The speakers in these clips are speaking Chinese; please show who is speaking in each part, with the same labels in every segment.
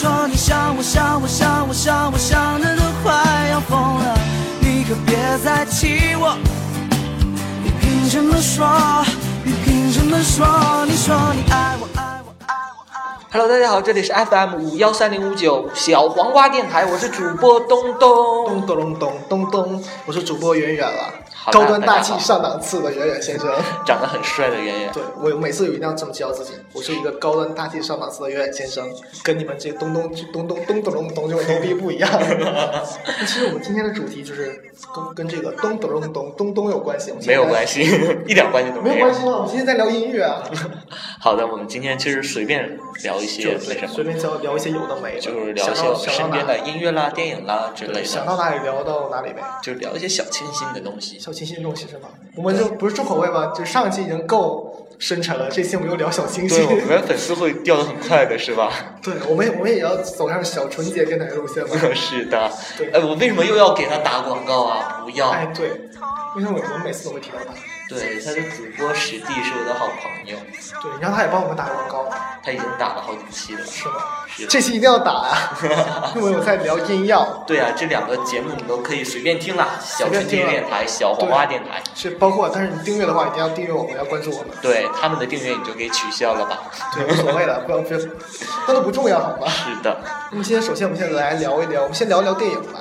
Speaker 1: 想，我想，我想，我想的都快要疯了。你可别再气我，你凭什么说？你凭什么说？你说你爱我，爱我，爱我，爱我。
Speaker 2: Hello，大家好，这里是 FM 五幺三零五九小黄瓜电台，我是主播东东。
Speaker 3: 咚咚咚咚咚咚，我是主播远远了，
Speaker 2: 好的
Speaker 3: 高端大
Speaker 2: 大家
Speaker 3: 气
Speaker 2: 好
Speaker 3: 上档次的远远先生。
Speaker 2: 长得很帅的圆圆，
Speaker 3: 对我每次有一定要这么介绍自己，我是一个高端大气上档次的远远先生，跟你们这咚咚咚咚咚咚咚咚这种牛逼不一样。其实我们今天的主题就是跟跟这个咚咚咚咚咚咚有关系，我们今
Speaker 2: 没
Speaker 3: 天
Speaker 2: 有关系， 一点关系都
Speaker 3: 没有
Speaker 2: 有
Speaker 3: 关。系吗？我们今天在聊音乐啊，
Speaker 2: 好的，我们今天其实随便聊一些
Speaker 3: 就
Speaker 2: 那
Speaker 3: 随
Speaker 2: 什么，
Speaker 3: 随便聊聊一些有的没的，
Speaker 2: 就是聊一
Speaker 3: 想到
Speaker 2: 些身边的音乐啦、电影啦之类
Speaker 3: 想
Speaker 2: 的，
Speaker 3: 到哪里聊到哪里呗。
Speaker 2: 就聊一些小清新的东西。
Speaker 3: 小清新这种形式吗？我们就不是重口味吗？就上期已经够深沉了，这期我们又聊小清
Speaker 2: 对，。
Speaker 3: 新
Speaker 2: 我们的粉丝会掉的很快的，是吧？
Speaker 3: 对，我们也我们也要走上小纯洁电台路线嘛。
Speaker 2: 是的
Speaker 3: 对。
Speaker 2: 哎，我为什么又要给他打广告啊？不要。
Speaker 3: 哎，对，为什么我们每次都会提到他？
Speaker 2: 对，他的主播史蒂是我的好朋友，
Speaker 3: 对，你让他也帮我们打广告，
Speaker 2: 他已经打了好几期了。
Speaker 3: 是吗？
Speaker 2: 是的
Speaker 3: 这期一定要打 啊！因为我在聊音药，
Speaker 2: 对啊，这两个节目你都可以随便听啦，小
Speaker 3: 便
Speaker 2: 春
Speaker 3: 听啊
Speaker 2: 天
Speaker 3: 啦
Speaker 2: 电台、小黄瓜电台。
Speaker 3: 是包括，但是你订阅的话，一定要订阅我们，要关注我们。
Speaker 2: 对他们的订阅你就给取消了吧？
Speaker 3: 对，无所谓 了，不要不要，那都不重要，好吧？
Speaker 2: 是的，
Speaker 3: 那么今天首先我们现在来聊一聊，我们先聊一聊电影 吧，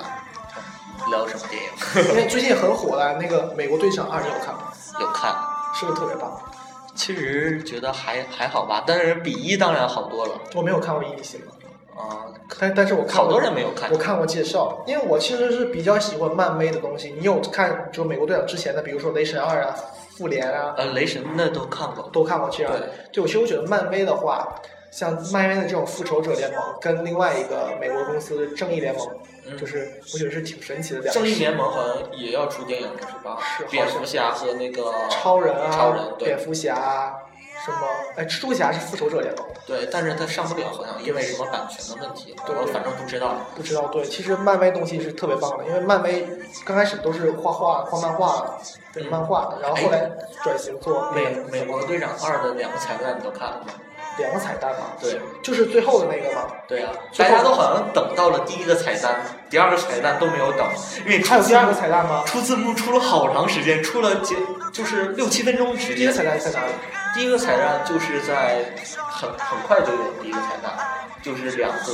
Speaker 2: 聊什么电影？
Speaker 3: 因为最近很火的那个《美国队长二》，你有看吗？
Speaker 2: 有看，
Speaker 3: 是不是特别棒？
Speaker 2: 其实觉得还还好吧，但是比一当然好多了。
Speaker 3: 我没有看过《一星》，
Speaker 2: 嗯，
Speaker 3: 但但是我看过
Speaker 2: 好多人没有看
Speaker 3: 我看过介绍，因为我其实是比较喜欢漫威的东西。你有看就美国队长之前的，比如说《雷神二》啊、《复联》啊，
Speaker 2: 呃，雷神那都看过。
Speaker 3: 都看过这样的
Speaker 2: 对。
Speaker 3: 对，我其实我觉得漫威的话，像漫威的这种复仇者联盟，跟另外一个美国公司正义联盟，
Speaker 2: 嗯
Speaker 3: 就是我觉得是挺神奇的两个。
Speaker 2: 正义联盟好像也要出电影了，是吧？
Speaker 3: 是好像
Speaker 2: 蝙蝠侠和那个
Speaker 3: 超人啊，
Speaker 2: 超人对
Speaker 3: 蝙蝠侠啊，什么？哎，蜘蛛侠是复仇者联盟，
Speaker 2: 对，但是他上不了，好像因为什么版权的问题，
Speaker 3: 对
Speaker 2: 我反正不知道。
Speaker 3: 不知道。对，其实漫威东西是特别棒的，因为漫威刚开始都是画画、画漫画、对
Speaker 2: 嗯
Speaker 3: 漫画，然后后来转型做那
Speaker 2: 美
Speaker 3: 个
Speaker 2: 美国队长二的两个彩蛋你都看了吗？
Speaker 3: 两个彩蛋嘛，
Speaker 2: 对，
Speaker 3: 就是最后的那个嘛。
Speaker 2: 对啊，
Speaker 3: 最
Speaker 2: 大
Speaker 3: 后
Speaker 2: 家都好像等到了第一个彩蛋，第二个彩蛋都没有等，因为
Speaker 3: 还
Speaker 2: 出
Speaker 3: 有
Speaker 2: 字
Speaker 3: 第二
Speaker 2: 幕
Speaker 3: 个彩蛋吗？
Speaker 2: 出字幕出了好长时间，出了几就是六七分钟时
Speaker 3: 第一
Speaker 2: 间
Speaker 3: 个。彩蛋在哪里？
Speaker 2: 第一个彩蛋就是在很很快就有第一个彩蛋，就是两个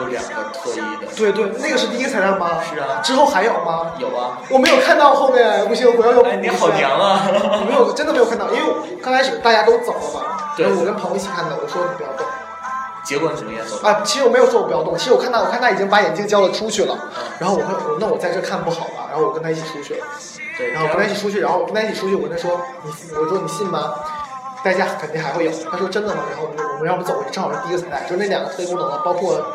Speaker 2: 有两个特意的，
Speaker 3: 对对，那个是第一个彩蛋吗？
Speaker 2: 是啊
Speaker 3: 之后还有吗？
Speaker 2: 有啊。
Speaker 3: 我没有看到后面，不行，我要有。
Speaker 2: 哎，你好娘！啊！
Speaker 3: 我没有，真的没有看到，因为我刚开始大家都走了嘛。
Speaker 2: 对
Speaker 3: 然后我跟朋友一起看的，我说你不要动。
Speaker 2: 结果怎么也走了。
Speaker 3: 啊，其实我没有说我不要动，其实我看他，我看他已经把眼镜交了出去了。然后我跟我那我在这看不好吧，然后我跟他一起出去了。
Speaker 2: 对，
Speaker 3: 然后我
Speaker 2: 这
Speaker 3: 跟他
Speaker 2: 样
Speaker 3: 一起出去，然后我跟他一起出去，我跟他说，你信我说你信吗？代价肯定还会有。他说真的吗？然后我们我们让我们走，正好是第一个彩蛋，就是那两个特异功能啊，包括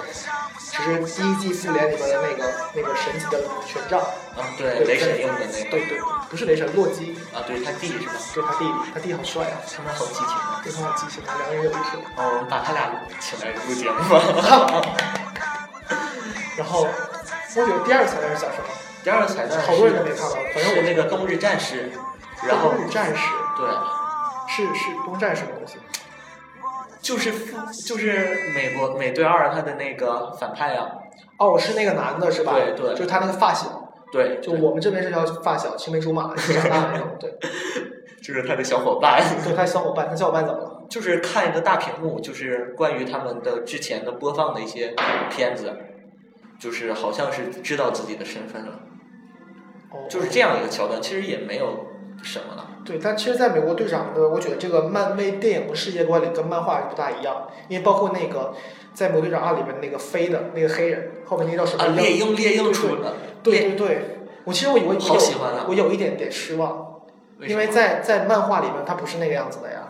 Speaker 3: 就是第一季复联里边的那个那个神奇的权杖，
Speaker 2: 啊，对，雷神用的那个，
Speaker 3: 对对，不是雷神，洛基，
Speaker 2: 啊，对他弟是吧？
Speaker 3: 对他弟，弟，他弟好帅啊，
Speaker 2: 他们好激情啊！
Speaker 3: 对他好激情，他两个人有一拼。
Speaker 2: 哦，我们把他俩请来录节目 吧。
Speaker 3: 然后我觉得第二个彩蛋是讲什么？
Speaker 2: 第二个彩蛋是
Speaker 3: 好多人都没看到，反正
Speaker 2: 是
Speaker 3: 我
Speaker 2: 那个冬日战士， 然后
Speaker 3: 冬日战士
Speaker 2: 对，
Speaker 3: 是是冬战士什么东西？
Speaker 2: 就是复就是美国美队二他的那个反派啊，
Speaker 3: 哦，是那个男的是吧？
Speaker 2: 对对
Speaker 3: 就是他那个发小。
Speaker 2: 对，
Speaker 3: 就我们这边是叫发小，青梅竹马，长大的那种。对，
Speaker 2: 就是他的小伙伴，
Speaker 3: 对，他小伙伴，他小伙伴怎么了？
Speaker 2: 就是看一个大屏幕，就是关于他们的之前的播放的一些片子，就是好像是知道自己的身份了，
Speaker 3: 哦
Speaker 2: 就是这样一个桥段，其实也没有什么了。
Speaker 3: 对，但其实，在美国队长的，我觉得这个漫威电影的世界观里跟漫画是不大一样，因为包括那个在《美国队长二》里面那个飞的那个黑人，后面那叫什么
Speaker 2: 啊，
Speaker 3: 鹰？
Speaker 2: 猎鹰猎鹰出了，
Speaker 3: 对
Speaker 2: 猎
Speaker 3: 对对，我其实我以为
Speaker 2: 好喜欢啊
Speaker 3: 我有一点点失望，因为
Speaker 2: 什么
Speaker 3: 在在漫画里面他不是那个样子的呀。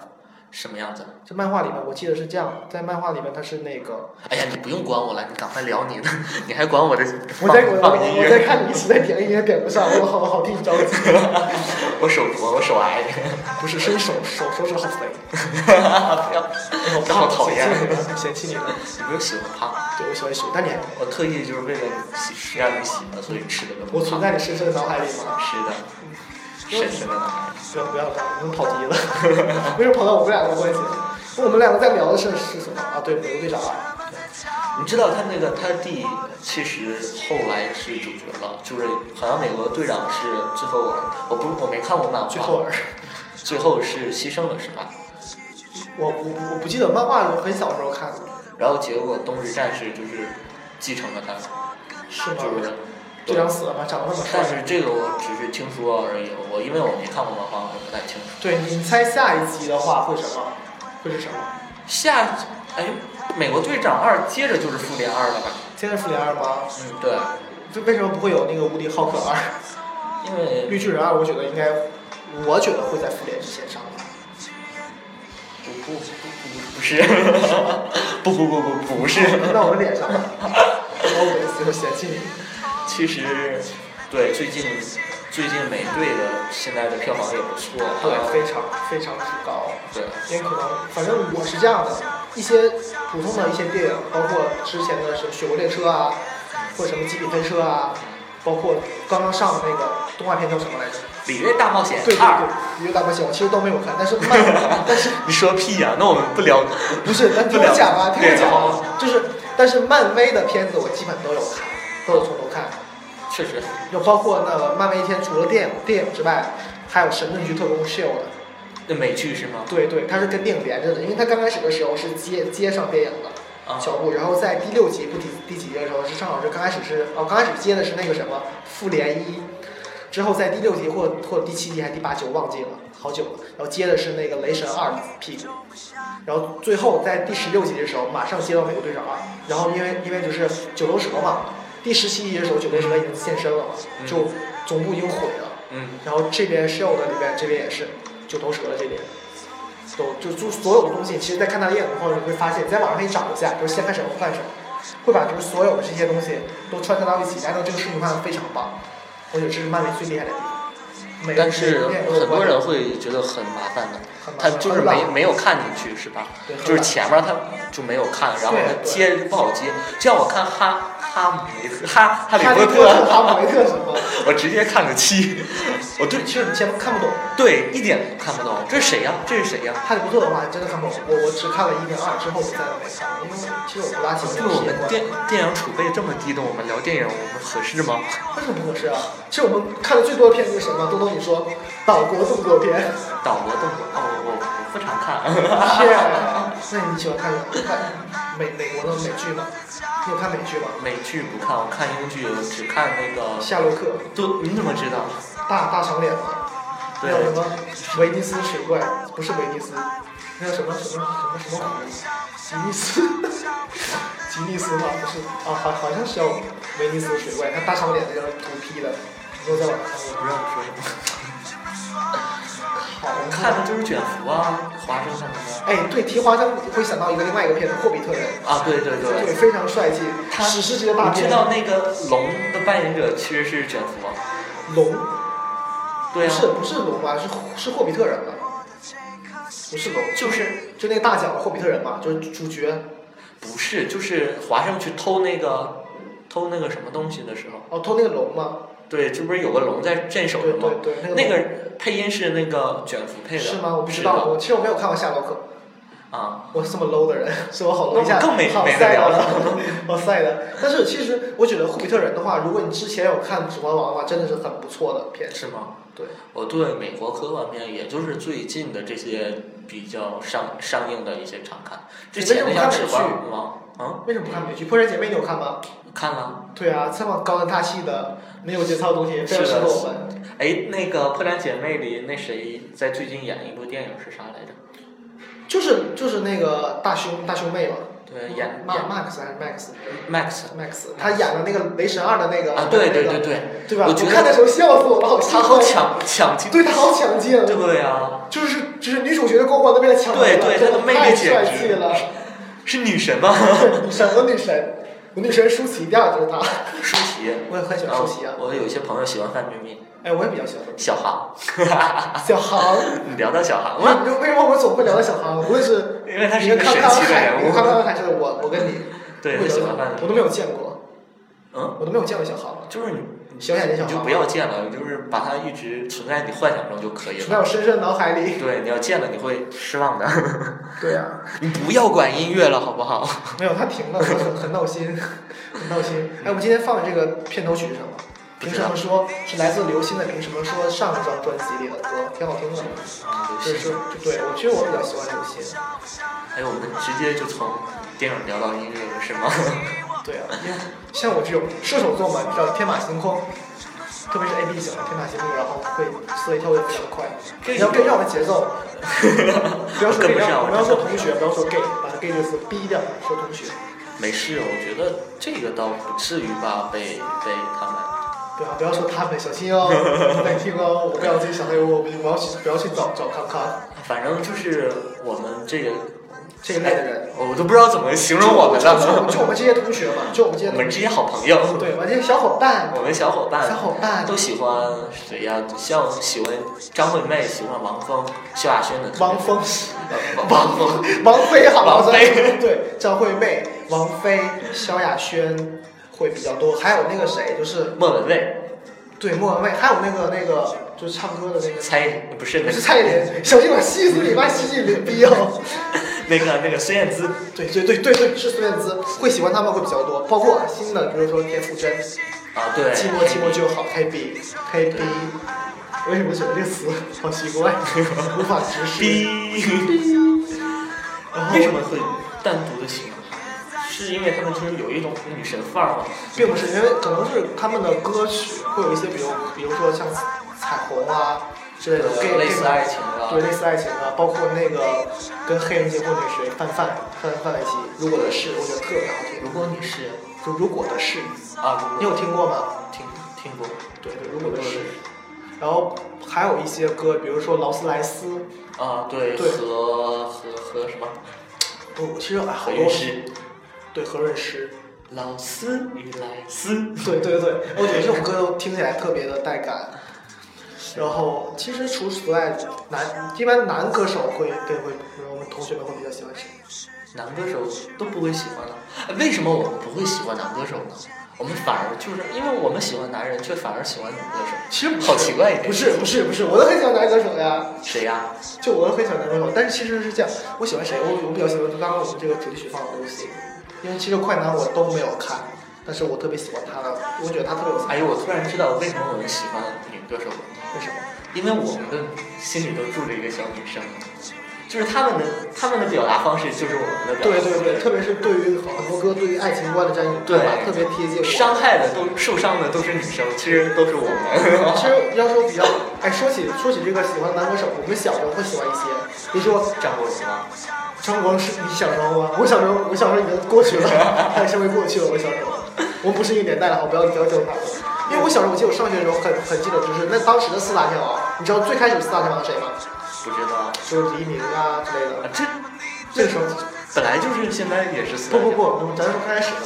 Speaker 2: 什么样子？
Speaker 3: 这漫画里面我记得是这样，在漫画里面他是那个
Speaker 2: 哎呀，你不用管我了，你赶快聊你的， 你还管我这
Speaker 3: 我
Speaker 2: 放
Speaker 3: 在我
Speaker 2: 放音
Speaker 3: 我我在
Speaker 2: 乐？
Speaker 3: 看你一直在点，一点点不上，我好好替你着急。
Speaker 2: 我手拙，我手矮，
Speaker 3: 不是，伸手手手指好肥，
Speaker 2: 不要，
Speaker 3: 我
Speaker 2: 这好讨厌。
Speaker 3: 嫌弃你了。
Speaker 2: 你不是喜欢胖？
Speaker 3: 对，我喜欢熊，但你还
Speaker 2: 我特意就是为了喜让你喜欢，所以吃的那么
Speaker 3: 我存在你深深的脑海里吗？
Speaker 2: 吃的，深深的脑海。
Speaker 3: 不要不要了，我们跑题 了，为什么跑到我们俩的关系？我们两个在聊的是是什么啊？对，美国队长啊。
Speaker 2: 你知道他那个他弟其实后来是主角了，就是好像美国队长是最后我不是我没看过漫画，
Speaker 3: 最后尔，
Speaker 2: 最后是牺牲了是吧？
Speaker 3: 我我我不记得漫画，我很小时候看的，
Speaker 2: 然后结果冬日战士就是继承了他，
Speaker 3: 是吗？
Speaker 2: 就是
Speaker 3: 队长死了吗？长得那么
Speaker 2: 但
Speaker 3: 帅。
Speaker 2: 是这个我只是听说而已，我因为我没看过漫画，我不太清楚。
Speaker 3: 对你猜下一集的话会什么？会是什么？
Speaker 2: 下，哎，美国队长二接着就是复联二了吧？
Speaker 3: 现在复联二吗？
Speaker 2: 嗯，对，
Speaker 3: 为为什么不会有那个无敌浩克二、
Speaker 2: 因为
Speaker 3: 绿巨人二？我觉得应该，我觉得会在复联之前上映。
Speaker 2: 不不不不不是，不不不不不是，
Speaker 3: 那我的脸上吧，我每次都嫌弃你。
Speaker 2: 其实对最近最近美队的现在的票房也不错，
Speaker 3: 对，啊非常非常之高。
Speaker 2: 对，
Speaker 3: 因为可能，反正我是这样的，一些普通的一些电影，包括之前的什么《雪国列车》啊，或者什么《极品飞车》啊，包括刚刚上的那个动画片叫什么来着？
Speaker 2: 里约大冒险
Speaker 3: 对对
Speaker 2: 二，
Speaker 3: 对，《约大冒险》，我其实都没有看，但是漫，但是
Speaker 2: 你说屁呀、那我们不聊，
Speaker 3: 不是，那听我讲啊，听我讲啊，就是，但是漫威的片子我基本都有看，都有从头看，
Speaker 2: 确实，
Speaker 3: 就包括那个漫威一天除了电影电影之外，还有《神盾局特工 Shield》。
Speaker 2: 那美剧是吗？
Speaker 3: 对对，它是跟电影连着的，因为它刚开始的时候是接接上电影的
Speaker 2: 啊，
Speaker 3: 小部，然后在第六集不第第几集的时候是正好是刚开始是哦，刚开始接的是那个什么复联一，之后在第六集或或第七集还是第八集我忘记了，好久了，然后接的是那个雷神二屁股，然后最后在第十六集的时候马上接到美国队长二，然后因为因为就是九头蛇嘛，第十七集的时候九头蛇已经现身了嘛，
Speaker 2: 嗯
Speaker 3: 就总部已经毁了。
Speaker 2: 嗯，
Speaker 3: 然后这边 Shell 的里边，这边也是九头蛇的这边，都就就所有的东西，其实在看它的页面后，你会发现，你在网上可以找一下，就是先看什么后看什么，会把就是所有的这些东西都穿插到一起，来到这个视频化非常棒，我觉得这是漫威最厉害的地方。每个
Speaker 2: 但是
Speaker 3: 每个都有
Speaker 2: 很多
Speaker 3: 关
Speaker 2: 人会觉得很麻烦的
Speaker 3: 很，麻
Speaker 2: 他
Speaker 3: 烦
Speaker 2: 就是
Speaker 3: 很
Speaker 2: 没
Speaker 3: 懒
Speaker 2: 没有看进去是吧
Speaker 3: 对？很
Speaker 2: 就是
Speaker 3: 懒
Speaker 2: 前面他就没有看，然后
Speaker 3: 对
Speaker 2: 他
Speaker 3: 对
Speaker 2: 接着就不好接，就像我看哈哈姆雷特哈哈利
Speaker 3: 哈利
Speaker 2: 波
Speaker 3: 波特、
Speaker 2: 特，
Speaker 3: 哈姆雷特什么，
Speaker 2: 我直接看个七，我对
Speaker 3: 其实你先看不懂。
Speaker 2: 对一点都看不懂，这是谁呀？这是谁呀？
Speaker 3: 哈利波特的话真的看不懂，我我只看了一跟二之后，我再都没看了，因为其实我不拉
Speaker 2: 啊
Speaker 3: 琴，
Speaker 2: 对
Speaker 3: 我
Speaker 2: 我
Speaker 3: 是
Speaker 2: 们电电影储备这么低的，我们聊电影，我们合适吗？
Speaker 3: 为什么不合适啊？其实我们看的最多的片子是什么？东东，你说岛国动作片。
Speaker 2: 岛国动作，哦，我我不常看，
Speaker 3: 是。啊 那你喜欢看看美美国的美剧吗？你有看美剧吗？
Speaker 2: 美剧不看，我看英剧，我只看那个。
Speaker 3: 夏洛克、
Speaker 2: 都你怎么知道？
Speaker 3: 大大长脸吗？还有什么威尼斯水怪？不是威尼斯，那叫什么什么什么什么鬼？吉尼斯？ 吉尼斯吗？不是啊，好好像是叫威尼斯水怪。他大长脸那个图 P 的，你有在网上看过
Speaker 2: 不知
Speaker 3: 吗？
Speaker 2: 道你说什么。
Speaker 3: 好难
Speaker 2: 看的就是卷福啊，华生他们的。
Speaker 3: 哎，对，提华生会想到一个另外一个片子《霍比特人》。
Speaker 2: 啊，对对
Speaker 3: 对，
Speaker 2: 对。
Speaker 3: 非常帅气，
Speaker 2: 他
Speaker 3: 史诗级的大
Speaker 2: 你
Speaker 3: 片。
Speaker 2: 知道那个龙的扮演者其实是卷福吗？
Speaker 3: 龙？
Speaker 2: 啊对
Speaker 3: 不
Speaker 2: 啊，
Speaker 3: 是不是龙吧？是是霍比特人吧？不是龙，
Speaker 2: 就是
Speaker 3: 就那个大脚霍比特人嘛，就是主角。
Speaker 2: 不是就是华生去偷那个偷那个什么东西的时候，
Speaker 3: 哦，偷那个龙嘛？
Speaker 2: 对，这不是有个龙在镇守
Speaker 3: 对
Speaker 2: 着
Speaker 3: 对
Speaker 2: 吗？
Speaker 3: 对，那个
Speaker 2: 那
Speaker 3: 龙
Speaker 2: 个配音是那个卷福配的，
Speaker 3: 是吗？我不知
Speaker 2: 是
Speaker 3: 道，
Speaker 2: 的
Speaker 3: 我其实我没有看过夏洛克，
Speaker 2: 啊，
Speaker 3: 我是这么 low 的 人，所以我好 low 一
Speaker 2: 那
Speaker 3: 下，
Speaker 2: 我更没
Speaker 3: 好
Speaker 2: 没得
Speaker 3: 晒
Speaker 2: 聊
Speaker 3: 的
Speaker 2: 了，
Speaker 3: 好晒的。但是其实我觉得霍比特人的话，如果你之前有看《指环王》的话，真的是很不错的片。
Speaker 2: 是吗？
Speaker 3: 对，
Speaker 2: 我对美国科幻片，也就是最近的这些比较上上映的一些常看，之前的像《指环王》嗯，
Speaker 3: 为什么不看美剧？《破产姐妹》你有看吗？
Speaker 2: 看了。
Speaker 3: 对啊，这么高端大气的、没有节操的东西，非常适合我们。
Speaker 2: 哎，那个《破产姐妹》里那谁在最近演一部电影是啥来着？
Speaker 3: 就是就是那个大胸大胸妹嘛，
Speaker 2: 对，呃演
Speaker 3: 马
Speaker 2: 演
Speaker 3: Max 还是 Max
Speaker 2: Max
Speaker 3: Max，他演的那个雷神二的那个
Speaker 2: 啊，对对
Speaker 3: 那
Speaker 2: 对
Speaker 3: 个
Speaker 2: 对，
Speaker 3: 对吧？
Speaker 2: 我觉
Speaker 3: 看的
Speaker 2: 得
Speaker 3: 时候笑死我了，好
Speaker 2: 他
Speaker 3: 心
Speaker 2: 好
Speaker 3: 疼，
Speaker 2: 抢抢镜，
Speaker 3: 对他好抢镜，
Speaker 2: 对不对啊？
Speaker 3: 就是就是女主角的光环都被他抢走了，
Speaker 2: 对对
Speaker 3: 真
Speaker 2: 那
Speaker 3: 的
Speaker 2: 个魅力
Speaker 3: 太
Speaker 2: 简
Speaker 3: 帅
Speaker 2: 直
Speaker 3: 气 了，
Speaker 2: 是女神吗？
Speaker 3: 女神我女神，我女神舒淇，第二就是她，
Speaker 2: 舒淇，
Speaker 3: 我也很喜欢舒淇啊
Speaker 2: 啊，我有一些朋友喜欢范冰冰，
Speaker 3: 哎，我也比较喜欢
Speaker 2: 小航，
Speaker 3: 小航。
Speaker 2: 你聊到小航
Speaker 3: 为
Speaker 2: 了，
Speaker 3: 为什么我总会聊到小航？无论是
Speaker 2: 因为他是
Speaker 3: 你
Speaker 2: 一个
Speaker 3: 看
Speaker 2: 神
Speaker 3: 康
Speaker 2: 奇的
Speaker 3: 海，
Speaker 2: 人
Speaker 3: 我
Speaker 2: 物
Speaker 3: 看。康海还是我，我跟你，
Speaker 2: 对
Speaker 3: 会
Speaker 2: 他喜
Speaker 3: 聊
Speaker 2: 欢
Speaker 3: 到
Speaker 2: 范冰冰
Speaker 3: 我都没有见过。
Speaker 2: 嗯，
Speaker 3: 我都没有见过小豪，
Speaker 2: 就是你
Speaker 3: 小眼睛小
Speaker 2: 你就
Speaker 3: 豪
Speaker 2: 不，要见了，就是把它一直存在你幻想中就可以
Speaker 3: 存在
Speaker 2: 了。
Speaker 3: 我深深的脑海里。
Speaker 2: 对，你要见了你会失望的。
Speaker 3: 对呀、
Speaker 2: 你不要管音乐了，好不好？
Speaker 3: 没有他 停了，我很很闹心，很闹心。哎，我们今天放的这个片头曲是什么？
Speaker 2: 不
Speaker 3: 凭
Speaker 2: 知
Speaker 3: 什
Speaker 2: 道
Speaker 3: 么说是来自刘鑫的？凭什么说上一张专辑里的歌挺好听的？
Speaker 2: 嗯
Speaker 3: 就是说，对我其实我比较喜欢刘鑫。
Speaker 2: 哎，我们直接就从电影聊到音乐了，是吗？
Speaker 3: 对啊，因为像我这种射手座嘛，你知道天马行空，特别是 A B 型的天马行空，然后会思维跳跃非常快。你要跟上我的节奏，不要说 gay，
Speaker 2: 跟不上
Speaker 3: 我们要说同学，不要说 gay，把 gay 这个词逼掉，说同学，
Speaker 2: 没事，我觉得这个倒不至于吧，被被他
Speaker 3: 对啊吧？不要说他们，小心哦，难听哦，我不要去小黑屋，我不要去，不要去找找康康
Speaker 2: 们，反正就是我们这个，哎
Speaker 3: 这一类的人。
Speaker 2: 我都不知道怎么形容我们
Speaker 3: 就我们
Speaker 2: 了。
Speaker 3: 就我们这些同学嘛，就我们这 些
Speaker 2: 我
Speaker 3: 同
Speaker 2: 们
Speaker 3: 学，
Speaker 2: 这些好朋友，
Speaker 3: 对，我们这些小伙伴，
Speaker 2: 我们小伙伴，
Speaker 3: 小伙伴
Speaker 2: 都喜欢谁呀、像喜欢张惠妹，喜欢王峰、萧亚轩的
Speaker 3: 汪峰。
Speaker 2: 呃王峰，
Speaker 3: 王菲好吗？
Speaker 2: 王菲
Speaker 3: 对，张惠妹、王菲、萧亚轩会比较多，还有那个谁，就是
Speaker 2: 莫文蔚，
Speaker 3: 对莫文蔚，还有那个那个就是唱歌的 那个，
Speaker 2: 蔡依林不是
Speaker 3: 不
Speaker 2: 那
Speaker 3: 是
Speaker 2: 个
Speaker 3: 蔡依林，小心我吸死你妈，吸进你的逼哦！
Speaker 2: 那个那个孙燕姿，
Speaker 3: 对对对对对，是孙燕姿，会喜欢他们会比较多，包括新的，比如说田馥甄，
Speaker 2: 啊对，
Speaker 3: 寂寞寂寞就好，黑逼黑逼，为什么觉得这个词好奇怪，无法直视？
Speaker 2: 逼，
Speaker 3: 然后
Speaker 2: 为什么会单独的形容？是因为他们就是有一种女神范儿吗？
Speaker 3: 并不是，因为可能是他们的歌曲会有一些，比如比如说像彩虹啊之类的，gay-
Speaker 2: 类似
Speaker 3: gay
Speaker 2: 爱情啊
Speaker 3: 对，类似爱情啊，包括那个跟黑人结婚的谁，范范范范玮琪，如果的事，我觉得特别好听。
Speaker 2: 如果你是
Speaker 3: 就如果的事，
Speaker 2: 啊，
Speaker 3: 你
Speaker 2: 如
Speaker 3: 有
Speaker 2: 果
Speaker 3: 听过吗？
Speaker 2: 听听过
Speaker 3: 对对，如果的事。然后还有一些歌，比如说劳斯莱斯，
Speaker 2: 啊？对，
Speaker 3: 对
Speaker 2: 和和和什么？
Speaker 3: 不，其实哎好
Speaker 2: 何
Speaker 3: 多
Speaker 2: 韵诗，
Speaker 3: 对何润诗，
Speaker 2: 老斯与莱斯，
Speaker 3: 对对哦对，我觉得这首歌都听起来特别的带感。然后，其实除此之外，男一般男歌手会对会，我们同学们会比较喜欢谁？
Speaker 2: 男歌手都不会喜欢的。哎为什么我们不会喜欢男歌手呢？我们反而就是因为我们喜欢男人，却反而喜欢女歌手，
Speaker 3: 其实不是
Speaker 2: 好奇怪一点。
Speaker 3: 不是不是不是，我都很喜欢男歌手呀，
Speaker 2: 谁呀、
Speaker 3: 就我都很喜欢男歌手，但是其实是这样，我喜欢谁？我我比较喜欢刚刚我们这个主题曲放的东西，因为其实快男我都没有看，但是我特别喜欢他的，我觉得他特别有才
Speaker 2: 哎呦，我突然知道为什么我们喜欢女歌手了。
Speaker 3: 为什么？
Speaker 2: 因为我们的心里都住着一个小女生，就是他们的他们的表达方式就是我们的表达
Speaker 3: 对
Speaker 2: 方式，
Speaker 3: 对对，特别是对于很多歌对于爱情观的占有，
Speaker 2: 对
Speaker 3: 吧？特别贴近我。
Speaker 2: 伤害的都受伤的都是女生，其实都是我
Speaker 3: 其
Speaker 2: 们。
Speaker 3: 实要说比较，哎，说起说起这个喜欢男歌手，我们小时候会喜欢一些，比如说
Speaker 2: 张国荣啊，
Speaker 3: 张国荣是你小时候吗？我小时候，我小时候已经过去了，他稍微过去了。我小时候，我们不是一个年代了，好，不要不要纠他了。因为我小时候，我记得我上学的时候很很记得，就是那当时的四大天王，你知道最开始四大天王谁吗？
Speaker 2: 不知道啊，
Speaker 3: 就是黎明啊之类的。
Speaker 2: 这
Speaker 3: 那个时候，
Speaker 2: 本来就是现在也是四
Speaker 3: 不
Speaker 2: 大
Speaker 3: 不
Speaker 2: 天王，
Speaker 3: 不，我们咱说刚开始的，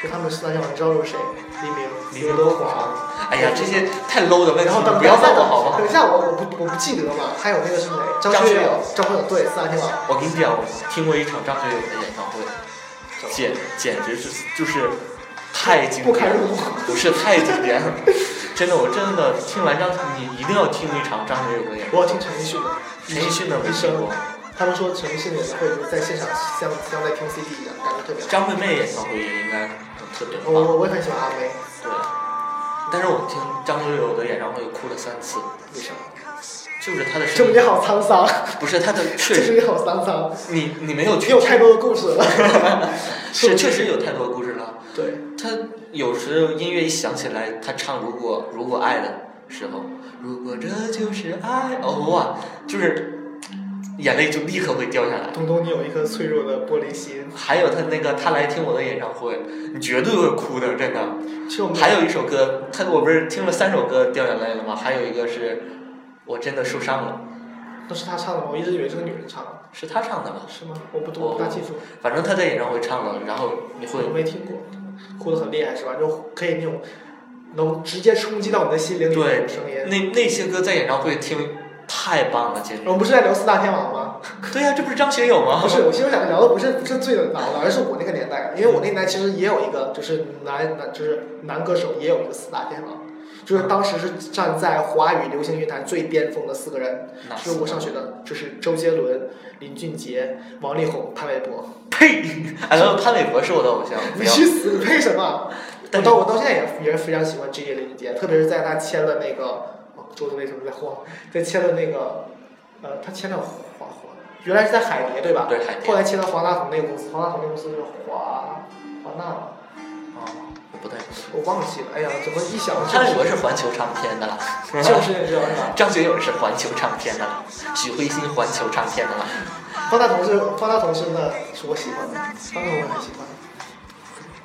Speaker 3: 就他们四大天王，你知道有谁？黎明、
Speaker 2: 黎明
Speaker 3: 刘德
Speaker 2: 都
Speaker 3: 华。
Speaker 2: 哎呀，这些太 low 的问题
Speaker 3: 然后，等
Speaker 2: 不要
Speaker 3: 等
Speaker 2: 问
Speaker 3: 一下
Speaker 2: 我好不好
Speaker 3: 等？一下我我不我不记得了，还有那个是谁？张
Speaker 2: 张
Speaker 3: 学
Speaker 2: 学
Speaker 3: 友
Speaker 2: 友，
Speaker 3: 张学友对四大天王。
Speaker 2: 我跟你讲，我听过一场张学友的演唱会，简简直是就是太经
Speaker 3: 不堪
Speaker 2: 典
Speaker 3: 入目
Speaker 2: 了，不是太经典了，真的，我真的听完张，你一定要听一场张学友的演唱会。
Speaker 3: 我要听陈奕迅的，
Speaker 2: 陈奕迅的没
Speaker 3: 一
Speaker 2: 听
Speaker 3: 生
Speaker 2: 过，。
Speaker 3: 他们说陈奕迅演唱会就是在现场像像在听 CD 一样，感觉特别好。
Speaker 2: 张惠妹演唱会也应该很特别
Speaker 3: 我我
Speaker 2: 棒，
Speaker 3: 我也很喜欢阿妹，
Speaker 2: 对。但是我听张学友的演唱会哭了三次，
Speaker 3: 为什么？
Speaker 2: 就是他的
Speaker 3: 这
Speaker 2: 声
Speaker 3: 么
Speaker 2: 音
Speaker 3: 你，好沧桑，
Speaker 2: 不是他的，
Speaker 3: 这
Speaker 2: 确
Speaker 3: 是
Speaker 2: 实
Speaker 3: 你好沧桑，
Speaker 2: 你你没有
Speaker 3: 你
Speaker 2: 去
Speaker 3: 有，太多的故事 了。
Speaker 2: 是确实有太多故事了。
Speaker 3: 对，
Speaker 2: 他有时候音乐一响起来，他唱如果如果爱的时候，如果这就是爱，哦哇，就是眼泪就立刻会掉下来。
Speaker 3: 东东，你有一颗脆弱的玻璃心。
Speaker 2: 还有他那个他来听我的演唱会，你绝对会哭的，真的。
Speaker 3: 其实我们
Speaker 2: 还有一首歌，他我不是听了三首歌掉眼泪了吗？还有一个是我真的受伤了，
Speaker 3: 那是他唱的吗？我一直以为是个女人唱的，
Speaker 2: 是他唱的吧？
Speaker 3: 是吗？我不懂，
Speaker 2: 我
Speaker 3: 我不大清楚，
Speaker 2: 反正他在演唱会唱了，然后你会
Speaker 3: 我没听过。哭得很厉害是吧？就可以那种能直接冲击到你的心灵里面
Speaker 2: 对
Speaker 3: 的声音。
Speaker 2: 那那些歌在演唱会听太棒了，简直
Speaker 3: 我！们不是在聊四大天王吗？
Speaker 2: 对呀、这不是张学友吗？
Speaker 3: 不是，我其实想聊的不是不是最老的，而是我那个年代，因为我那年代其实也有一个，就是男男就是男歌手也有一个四大天王，就是当时是站在华语流行乐坛最巅峰的四个人，
Speaker 2: 哪
Speaker 3: 是
Speaker 2: 四
Speaker 3: 我上学的，就是周杰伦、林俊杰、王力宏、潘玮柏。
Speaker 2: 呸！哎，老潘玮柏是我的偶像，不
Speaker 3: 你
Speaker 2: 要
Speaker 3: 去死！你配什么？我
Speaker 2: 但是
Speaker 3: 到我到现在也也是非常喜欢 J J 林俊杰，特别是在他签了那个，哦、周总为什么在晃？在签了那个，呃，他签了华华，原来是在海蝶对吧？
Speaker 2: 对海蝶
Speaker 3: 后来签到黄大炜那个公司，黄大炜那个公司是华华纳吗，
Speaker 2: 啊不对，
Speaker 3: 我忘记了。哎呀，怎么一想
Speaker 2: 潘玮
Speaker 3: 就
Speaker 2: 柏是
Speaker 3: 是
Speaker 2: 环球唱片的啦，
Speaker 3: 就是那种是吧？
Speaker 2: 张学友是环球唱片的啦，许慧欣环球唱片的啦。
Speaker 3: 方大同是方大同是那是我喜欢的，方大同我很喜欢。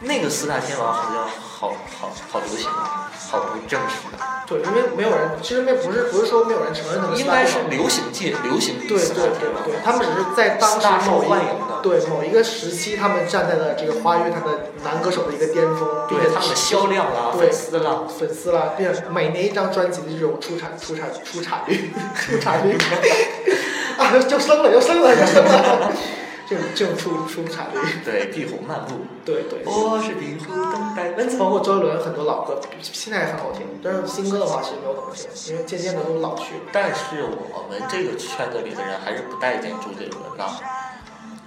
Speaker 2: 那个四大天王好像好好好流行啊，好不正式啊，
Speaker 3: 对，因为没有人，其实没不是不是说没有人承认他们
Speaker 2: 应该是
Speaker 3: 四大天王
Speaker 2: 流行界流行
Speaker 3: 对
Speaker 2: 四
Speaker 3: 对
Speaker 2: 大天王
Speaker 3: 对对，他们只是在当时
Speaker 2: 大受
Speaker 3: 某一
Speaker 2: 欢迎的
Speaker 3: 对某一个时期，他们站在了这个华语乐坛的男歌手的一个巅峰，并且
Speaker 2: 对他们的销量啊、
Speaker 3: 对
Speaker 2: 粉丝啦，
Speaker 3: 粉丝啦，并且每年一张专辑的这种出产出产出产率 出产率啊，又升了又升了又升了，这种这种出出产率，
Speaker 2: 对壁虎漫步，
Speaker 3: 对对。
Speaker 2: 我是壁虎，等待蚊子。
Speaker 3: 包括周杰伦很多老歌，现在很好听，但是新歌的话其实没有怎么听，因为渐渐的都老去了。
Speaker 2: 但是我们这个圈子里的人还是不待见周杰伦的，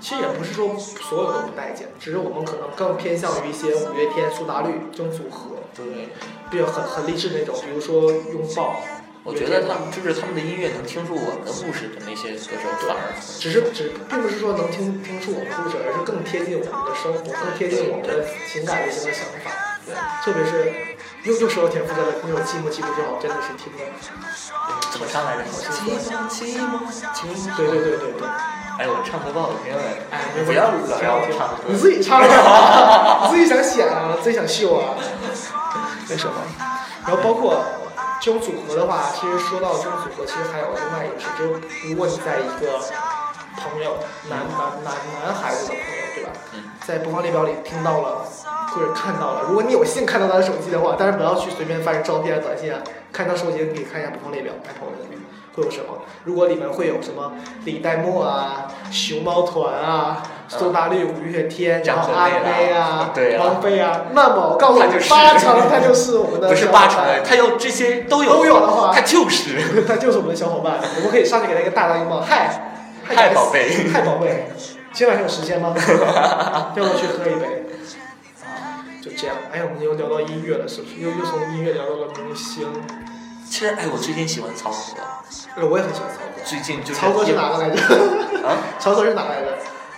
Speaker 3: 其实也不是说所有都不待见，只是我们可能更偏向于一些五月天、苏打绿这种组合，
Speaker 2: 对，
Speaker 3: 比较很很励志那种，比如说拥抱。
Speaker 2: 我觉得他们就是他们的音乐能听出我们的故事的那些歌手，反而很
Speaker 3: 只是只并不是说能听听出我们的故事，而是更贴近我们的生活，更贴近我们的情感类型的想法。
Speaker 2: 对，
Speaker 3: 特别是又又说到田馥甄了，那种寂寞寂寞就好，真的是听的。
Speaker 2: 怎么唱来着？寂寞寂寞寂寞。
Speaker 3: 对对对对对，
Speaker 2: 哎，我唱歌不好听哎，
Speaker 3: 哎，
Speaker 2: 你不要老让我唱歌。
Speaker 3: 你自己唱啊， 你自己想写啊，自己想秀啊，为什么？然后包括这种组合的话，其实说到这种组合，其实还有另外一个是，就是如果你在一个朋友男男男男孩子的朋友，对吧？
Speaker 2: 嗯，
Speaker 3: 在播放列表里听到了或者看到了，如果你有幸看到他的手机的话，但是不要去随便翻照片啊、短信啊，看他手机你可以看一下播放列表，看朋友里面会有什么。如果里面会有什么李代沫啊、熊猫团啊、
Speaker 2: 嗯
Speaker 3: 苏打绿、五月天，然
Speaker 2: 张
Speaker 3: 后
Speaker 2: 惠
Speaker 3: 阿
Speaker 2: 妹啦
Speaker 3: 妹啊、
Speaker 2: 对啊
Speaker 3: 王菲啊，那么我告诉
Speaker 2: 他
Speaker 3: 你
Speaker 2: 就，是
Speaker 3: 八成他就是我们的
Speaker 2: 不是
Speaker 3: 小伙
Speaker 2: 八
Speaker 3: 伴
Speaker 2: 成哎，他要这些都有
Speaker 3: 都有的话
Speaker 2: 他就是。
Speaker 3: 他就是我们的小伙伴，我们可以上去给他一个大大拥抱，嗨，
Speaker 2: 嗨宝贝
Speaker 3: 嗨宝贝，今晚上有时间 吗？要不要去喝一杯？就这样，哎呀，我们又聊到音乐了，是不是？又又从音乐聊到了明星，
Speaker 2: 其实哎，我最近喜欢曹格，
Speaker 3: 哎，我也很喜欢曹格。
Speaker 2: 最近就是
Speaker 3: 曹格是哪个来着？
Speaker 2: 啊？
Speaker 3: 曹格是哪来的？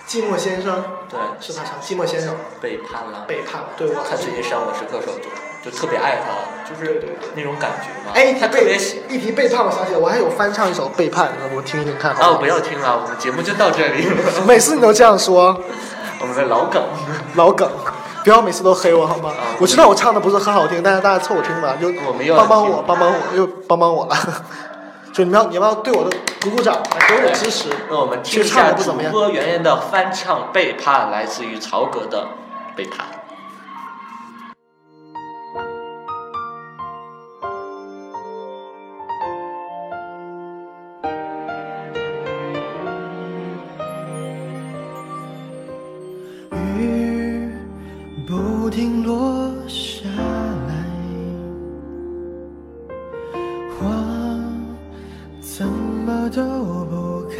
Speaker 3: 寂寞先生
Speaker 2: 对，
Speaker 3: 是他唱《寂寞先生
Speaker 2: 背叛了。
Speaker 3: 背叛了，对我
Speaker 2: 他最近上《我是歌手》就就特别爱他，就
Speaker 3: 对
Speaker 2: 是
Speaker 3: 对对
Speaker 2: 那种感觉嘛。
Speaker 3: 哎，一提
Speaker 2: 他特别
Speaker 3: 背
Speaker 2: 喜。
Speaker 3: 一提背叛，我想起来我还有翻唱一首《背叛》，我听一听看好
Speaker 2: 啊，
Speaker 3: 不
Speaker 2: 不要听了，我们节目就到这里，
Speaker 3: 好？每次你都这样说。
Speaker 2: 我们的老梗。
Speaker 3: 老梗，不要每次都黑我好吗
Speaker 2: 啊？
Speaker 3: 我知道我唱的不是很好听，但是大家凑合听吧，就
Speaker 2: 我们又要
Speaker 3: 帮帮
Speaker 2: 听
Speaker 3: 我，帮帮我，又帮帮我了。 就你们要，你们要对我的鼓鼓掌，来给我支持。
Speaker 2: 那我们
Speaker 3: 其
Speaker 2: 听一
Speaker 3: 实唱
Speaker 2: 下
Speaker 3: 的不
Speaker 2: 主
Speaker 3: 怎么样。
Speaker 2: 播圆圆的翻唱《背叛》，来自于曹格的《背叛》。
Speaker 1: 雨不停落下来，花怎么都不开。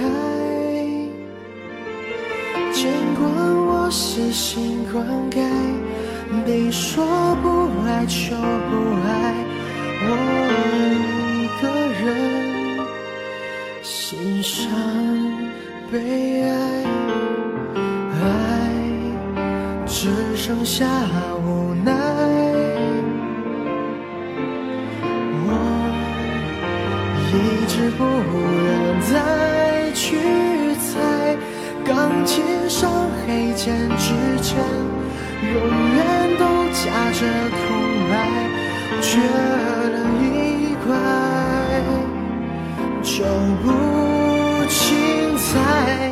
Speaker 1: 尽管我死性灌溉，你说不爱就不爱，我一个人欣赏悲哀。爱只剩下无奈。我一直不愿再去猜，钢琴上黑键之间，永远都夹着空白，觉得意怪，就不精彩。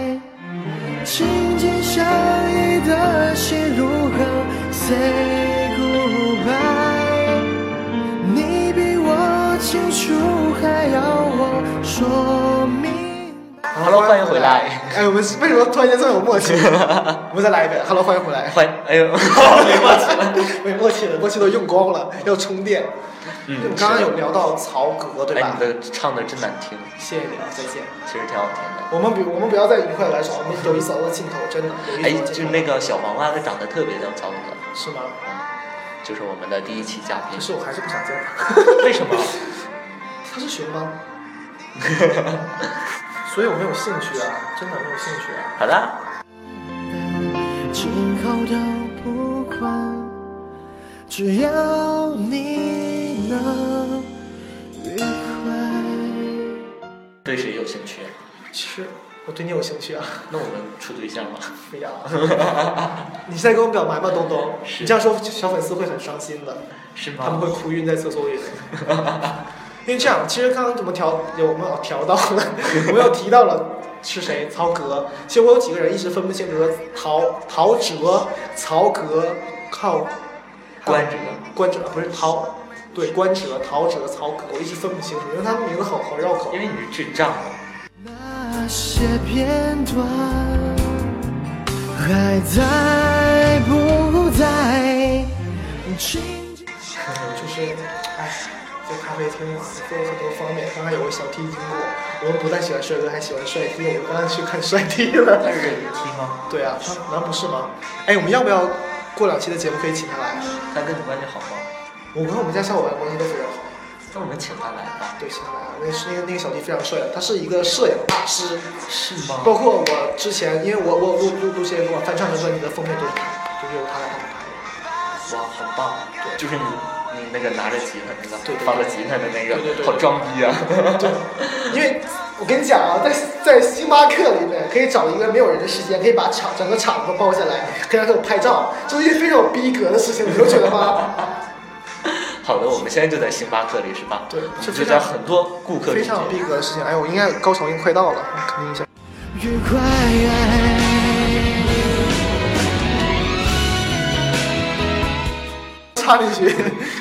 Speaker 1: 紧紧相依的心如何 say goodbye？你比我清楚，还要我说
Speaker 2: Hello，欢迎回来。
Speaker 3: 哎，我们为什么突然间这么有 默契？我们再来一遍，Hello，欢迎回来。
Speaker 2: 欢，哎呦，没默契了。
Speaker 3: 没默契了，默契都用光了，要充电。
Speaker 2: 嗯
Speaker 3: 我们刚刚有聊到曹格，对
Speaker 2: 哎，
Speaker 3: 吧
Speaker 2: 你？的唱的真难听，
Speaker 3: 谢谢你啊，再见。
Speaker 2: 其实挺好听的。
Speaker 3: 我们比我们不要再愉快玩耍，我们有一首的尽头，真的有
Speaker 2: 哎
Speaker 3: 一首，的
Speaker 2: 就
Speaker 3: 尽
Speaker 2: 是
Speaker 3: 头。
Speaker 2: 那个小黄瓜，他长得特别像曹格，
Speaker 3: 是吗？
Speaker 2: 就是我们的第一期嘉宾
Speaker 3: 可。是我还是不想见他，
Speaker 2: 为什么？
Speaker 3: 他是熊 猫，所以我没有兴趣啊，真的没有兴趣啊。
Speaker 2: 好的。
Speaker 1: 今后都不管，只要你能愉快。
Speaker 2: 对谁有兴趣？
Speaker 3: 其实我对你有兴趣啊，
Speaker 2: 那我们处对象吧。
Speaker 3: 不 要。你是在跟我表白吗，东东？
Speaker 2: 是
Speaker 3: 你这样说，小粉丝会很伤心的。
Speaker 2: 是
Speaker 3: 他
Speaker 2: 吗
Speaker 3: 们会？哭晕在厕所里。 因为这样，其实刚刚怎么调，有我们有调到了，我们有提到了是谁，曹格。其实我有几个人一直分不清，比如说陶陶喆、曹格、靠
Speaker 2: 关喆、
Speaker 3: 关喆不是陶，对关喆、陶喆、曹格，我一直分不清楚，因为他们名字好好绕口
Speaker 2: 因。为你是智障。
Speaker 1: 那些片段还在不在？请
Speaker 3: 就是，哎，在咖啡厅嘛，都有很多方面。刚刚有个小 T 经过，我们不但喜欢帅哥，还喜欢帅 T。我们刚刚去看帅 T 了。
Speaker 2: 他是踢吗？
Speaker 3: 对啊，他难道不是吗？哎，我们要不要过两期的节目可以请他来？
Speaker 2: 他跟你关系好吗？
Speaker 3: 我跟我们家小伙伴关系都非常好，
Speaker 2: 那我们请他来吧。
Speaker 3: 对，请他来。那是那个那个小弟非常帅，他是一个摄影大师，
Speaker 2: 是
Speaker 3: 包
Speaker 2: 吗？
Speaker 3: 括我之前，因为我我录录录这些歌，我翻唱的专辑的封面都是他，就是由他来帮我拍
Speaker 2: 哇，很棒！
Speaker 3: 对
Speaker 2: 就是你，你那个拿着吉他那个，
Speaker 3: 对对对
Speaker 2: 放着吉他的那个，
Speaker 3: 对对对对
Speaker 2: 好装逼啊！
Speaker 3: 的。对，因为我跟你讲啊，在在星巴克里面可以找一个没有人的时间，可以把场整个场都包下来，可以让他们拍照，这是一件非常有逼格的事情，你不觉 得吗？
Speaker 2: 好的，我们现在就在星巴克里是吧？
Speaker 3: 对
Speaker 2: 我们
Speaker 3: 是
Speaker 2: 就
Speaker 3: 非
Speaker 2: 在
Speaker 3: 常
Speaker 2: 很多顾客
Speaker 3: 非
Speaker 2: 中
Speaker 3: 常有
Speaker 2: 间。
Speaker 3: 逼格的事情。哎，我应该高潮已经快到了，你肯定一下。
Speaker 1: 愉快。
Speaker 3: 插进去，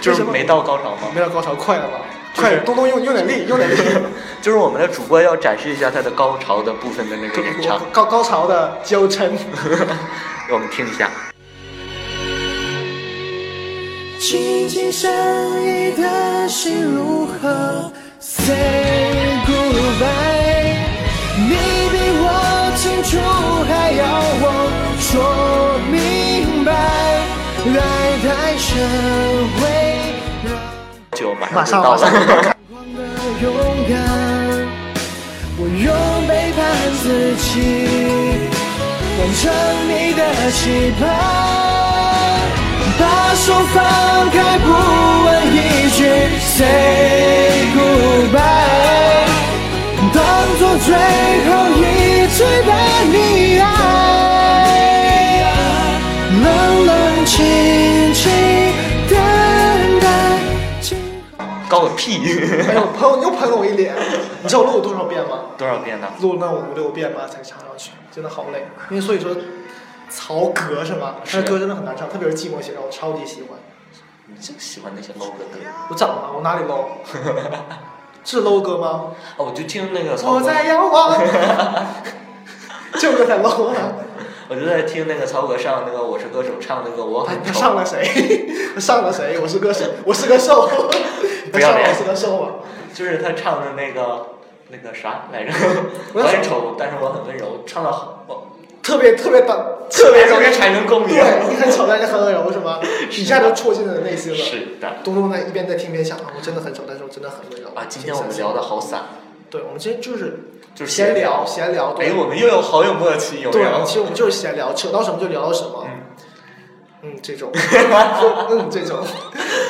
Speaker 2: 就是
Speaker 3: 为什么
Speaker 2: 没到高潮吗？
Speaker 3: 没到高潮，快了吧？
Speaker 2: 就是
Speaker 3: 快，东东用用点力，用点力。
Speaker 2: 就是我们的主播要展示一下他的高潮的部分的那个演 唱，
Speaker 3: 高高潮的娇 嗔，
Speaker 2: 我们听一下。
Speaker 1: 轻轻善意的心如何？Say goodbye，你比我清楚，还要我说明白，爱太深会让。
Speaker 2: 就马
Speaker 3: 马
Speaker 2: 上就到
Speaker 3: 上马上
Speaker 2: 了。
Speaker 1: 狂的勇敢，我用背叛自己完成你的期盼。把手放开，不问一句 say goodbye，当作最后一次的溺爱，冷冷清清等待。今后
Speaker 2: 高个屁！
Speaker 3: 哎呦，喷又喷了我一脸。你知道我录了多少遍吗？
Speaker 2: 多少遍呢？
Speaker 3: 录了那五六遍吧，才插上去，真的好累。因为所以说，曹格是吧？他
Speaker 2: 是
Speaker 3: 的歌真的很难唱，特别是寂寞写照，我超级喜欢。
Speaker 2: 你就喜欢那些 low 的歌
Speaker 3: 我怎么了？我哪里 low？是 low 歌 吗？
Speaker 2: 哦，我就听那个曹
Speaker 3: 我
Speaker 2: 格，
Speaker 3: 在遥望， 这首歌才 low 啊！
Speaker 2: 我就在听那个曹格上那个《我是歌手》唱那个我
Speaker 3: 哎
Speaker 2: 很
Speaker 3: 他
Speaker 2: 丑，
Speaker 3: 上了谁？他上了谁？我是歌手，我是个兽。
Speaker 2: 不
Speaker 3: 他
Speaker 2: 要
Speaker 3: 上了
Speaker 2: 脸
Speaker 3: 我是个兽啊！
Speaker 2: 就是他唱的那个那个啥来着？
Speaker 3: 我
Speaker 2: 我
Speaker 3: 要
Speaker 2: 很丑，但是我很温柔，唱的好，我
Speaker 3: 特别特别的，
Speaker 2: 特别容易产生共鸣。
Speaker 3: 对，你很丑，但是很温柔，是吗？一下就戳进了内心了。
Speaker 2: 是的。
Speaker 3: 东东在一边在听边想啊，我真的很丑，但是我真的很温柔
Speaker 2: 啊，今天我们聊的，好散，
Speaker 3: 对，我们今天就是
Speaker 2: 就是
Speaker 3: 闲聊，闲聊。
Speaker 2: 哎，
Speaker 3: 对，
Speaker 2: 我们又有好有默契，有没
Speaker 3: 对，
Speaker 2: 有
Speaker 3: 其？实我们就是闲聊，扯到什么就聊到什么。
Speaker 2: 嗯
Speaker 3: 嗯，这种， 嗯，这种，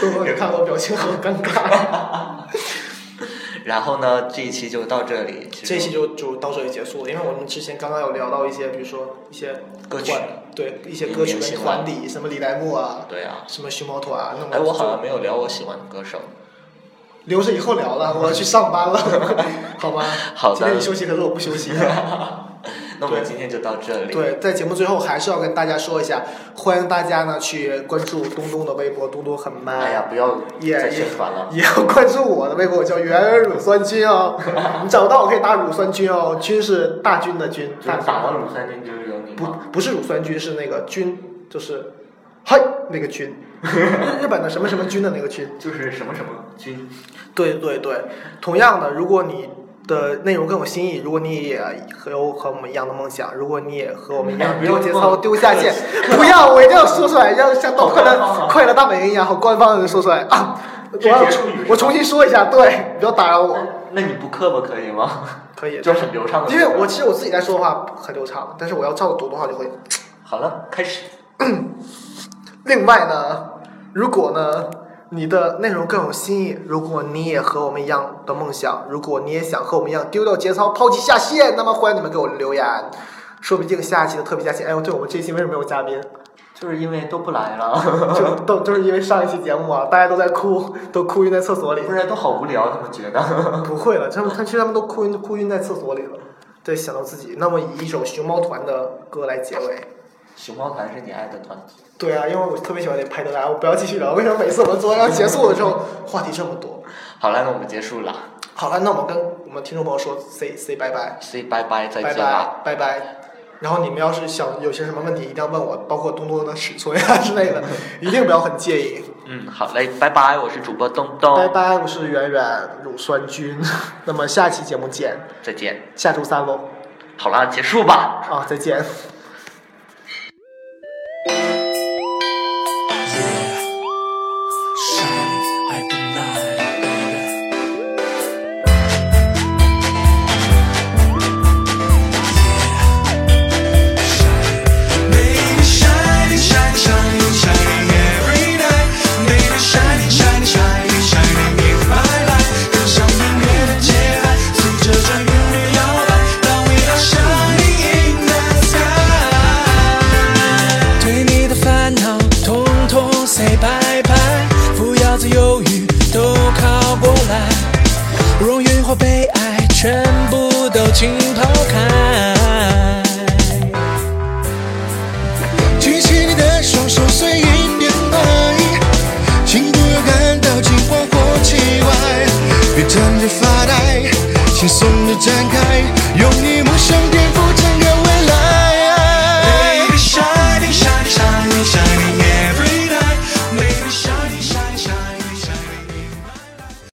Speaker 3: 东东，你看我表情好尴 尬。
Speaker 2: 然后呢，这一期就到这里。其实
Speaker 3: 这期就就到这里结束了，因为我们之前刚刚有聊到一些，比如说一些
Speaker 2: 歌曲
Speaker 3: 团，对一些歌曲
Speaker 2: 明星
Speaker 3: 跟
Speaker 2: 啊
Speaker 3: 团体，什么李代沫啊，
Speaker 2: 对啊。
Speaker 3: 什么熊猫团啊，那
Speaker 2: 哎，我好
Speaker 3: 就
Speaker 2: 像没有聊我喜欢的歌 手。
Speaker 3: 留着以后 聊了，我要去上班了，好吗？
Speaker 2: 好的
Speaker 3: 今天你休息，可是我不休息。
Speaker 2: 那我们
Speaker 3: 对
Speaker 2: 今天就到这里。
Speaker 3: 对，在节目最后还是要跟大家说一下，欢迎大家呢去关注东东的微博，东东很 man。
Speaker 2: 哎呀，不要
Speaker 3: 也
Speaker 2: 再宣传了。
Speaker 3: 也要关注我的微博，我叫袁乳酸 菌哦。你找不到我可以打乳酸菌哦，菌是大军的菌，
Speaker 2: 就是
Speaker 3: 大
Speaker 2: 打完乳酸菌就是有你
Speaker 3: 不
Speaker 2: 吗？
Speaker 3: 不是乳酸菌，是那个菌，就是嗨那个 菌，日本的什么什么菌的那个菌。
Speaker 2: 就是什么什么菌，
Speaker 3: 对对对，同样的，如果你的内容更有新意，如果你也和有和我们一样的梦想，如果你也和我们一样
Speaker 2: 哎不要
Speaker 3: 丢节
Speaker 2: 忘
Speaker 3: 操
Speaker 2: 了
Speaker 3: 丢下线，不要，我一定要说出来，要像到快
Speaker 2: 好好
Speaker 3: 乐
Speaker 2: 好
Speaker 3: 快乐大本营一样，好官方的说出来啊！我
Speaker 2: 这
Speaker 3: 要
Speaker 2: 结束语是吧
Speaker 3: 我重新说一下，对，不要打扰我，
Speaker 2: 那你不刻不可以吗？
Speaker 3: 可以。
Speaker 2: 就是很流畅的。
Speaker 3: 因为我其实我自己在说的话很流畅，但是我要照着读的话就会。
Speaker 2: 好了，开始。
Speaker 3: 另外呢，如果呢你的内容更有新意，如果你也和我们一样的梦想，如果你也想和我们一样丢掉节操、抛弃下线，那么欢迎你们给我留言。说不定下一期的特别嘉宾，哎呦，对我们这一期为什么没有嘉宾？
Speaker 2: 就是因为都不来了，
Speaker 3: 就 都就是因为上一期节目啊，大家都在哭，都哭晕在厕所里
Speaker 2: 不。然都好无聊，他们觉得。
Speaker 3: 不会了，他们他其实他们都哭晕哭晕在厕所里了。对，想到自己，那么以一首熊猫团的歌来结尾。
Speaker 2: 熊猫团是你爱的团体，
Speaker 3: 对啊，因为我特别喜欢那拍的来，我不要继续聊。为什么每次我们做要结束的时候，话题这么多？
Speaker 2: 好了，那我们结束了
Speaker 3: 好了，那我们跟我们听众朋友说 say say 拜拜，
Speaker 2: ，say 拜拜，再
Speaker 3: 拜
Speaker 2: 见啦。
Speaker 3: 拜，拜拜。然后你们要是想有些什么问题，一定要问我，包括东东的尺寸啊之 类的，一定不要很介意。
Speaker 2: 嗯，好嘞，拜拜，我是主播东东，
Speaker 3: 拜拜，我是远远乳酸菌， 那么下期节目见，
Speaker 2: 再见。
Speaker 3: 下周三喽，
Speaker 2: 好了，结束吧。
Speaker 3: 啊，再见。
Speaker 1: I've been lying. Baby, shining, shining, shining, shining every night. Baby, shining, shining, shining, shining in my life. 跟上音乐的节拍，随着转韵律摇摆。当 we are shining in the sky，对你的烦恼统统 say bye bye，不要再犹豫，都靠过来，容云或悲哀全部都请抛开。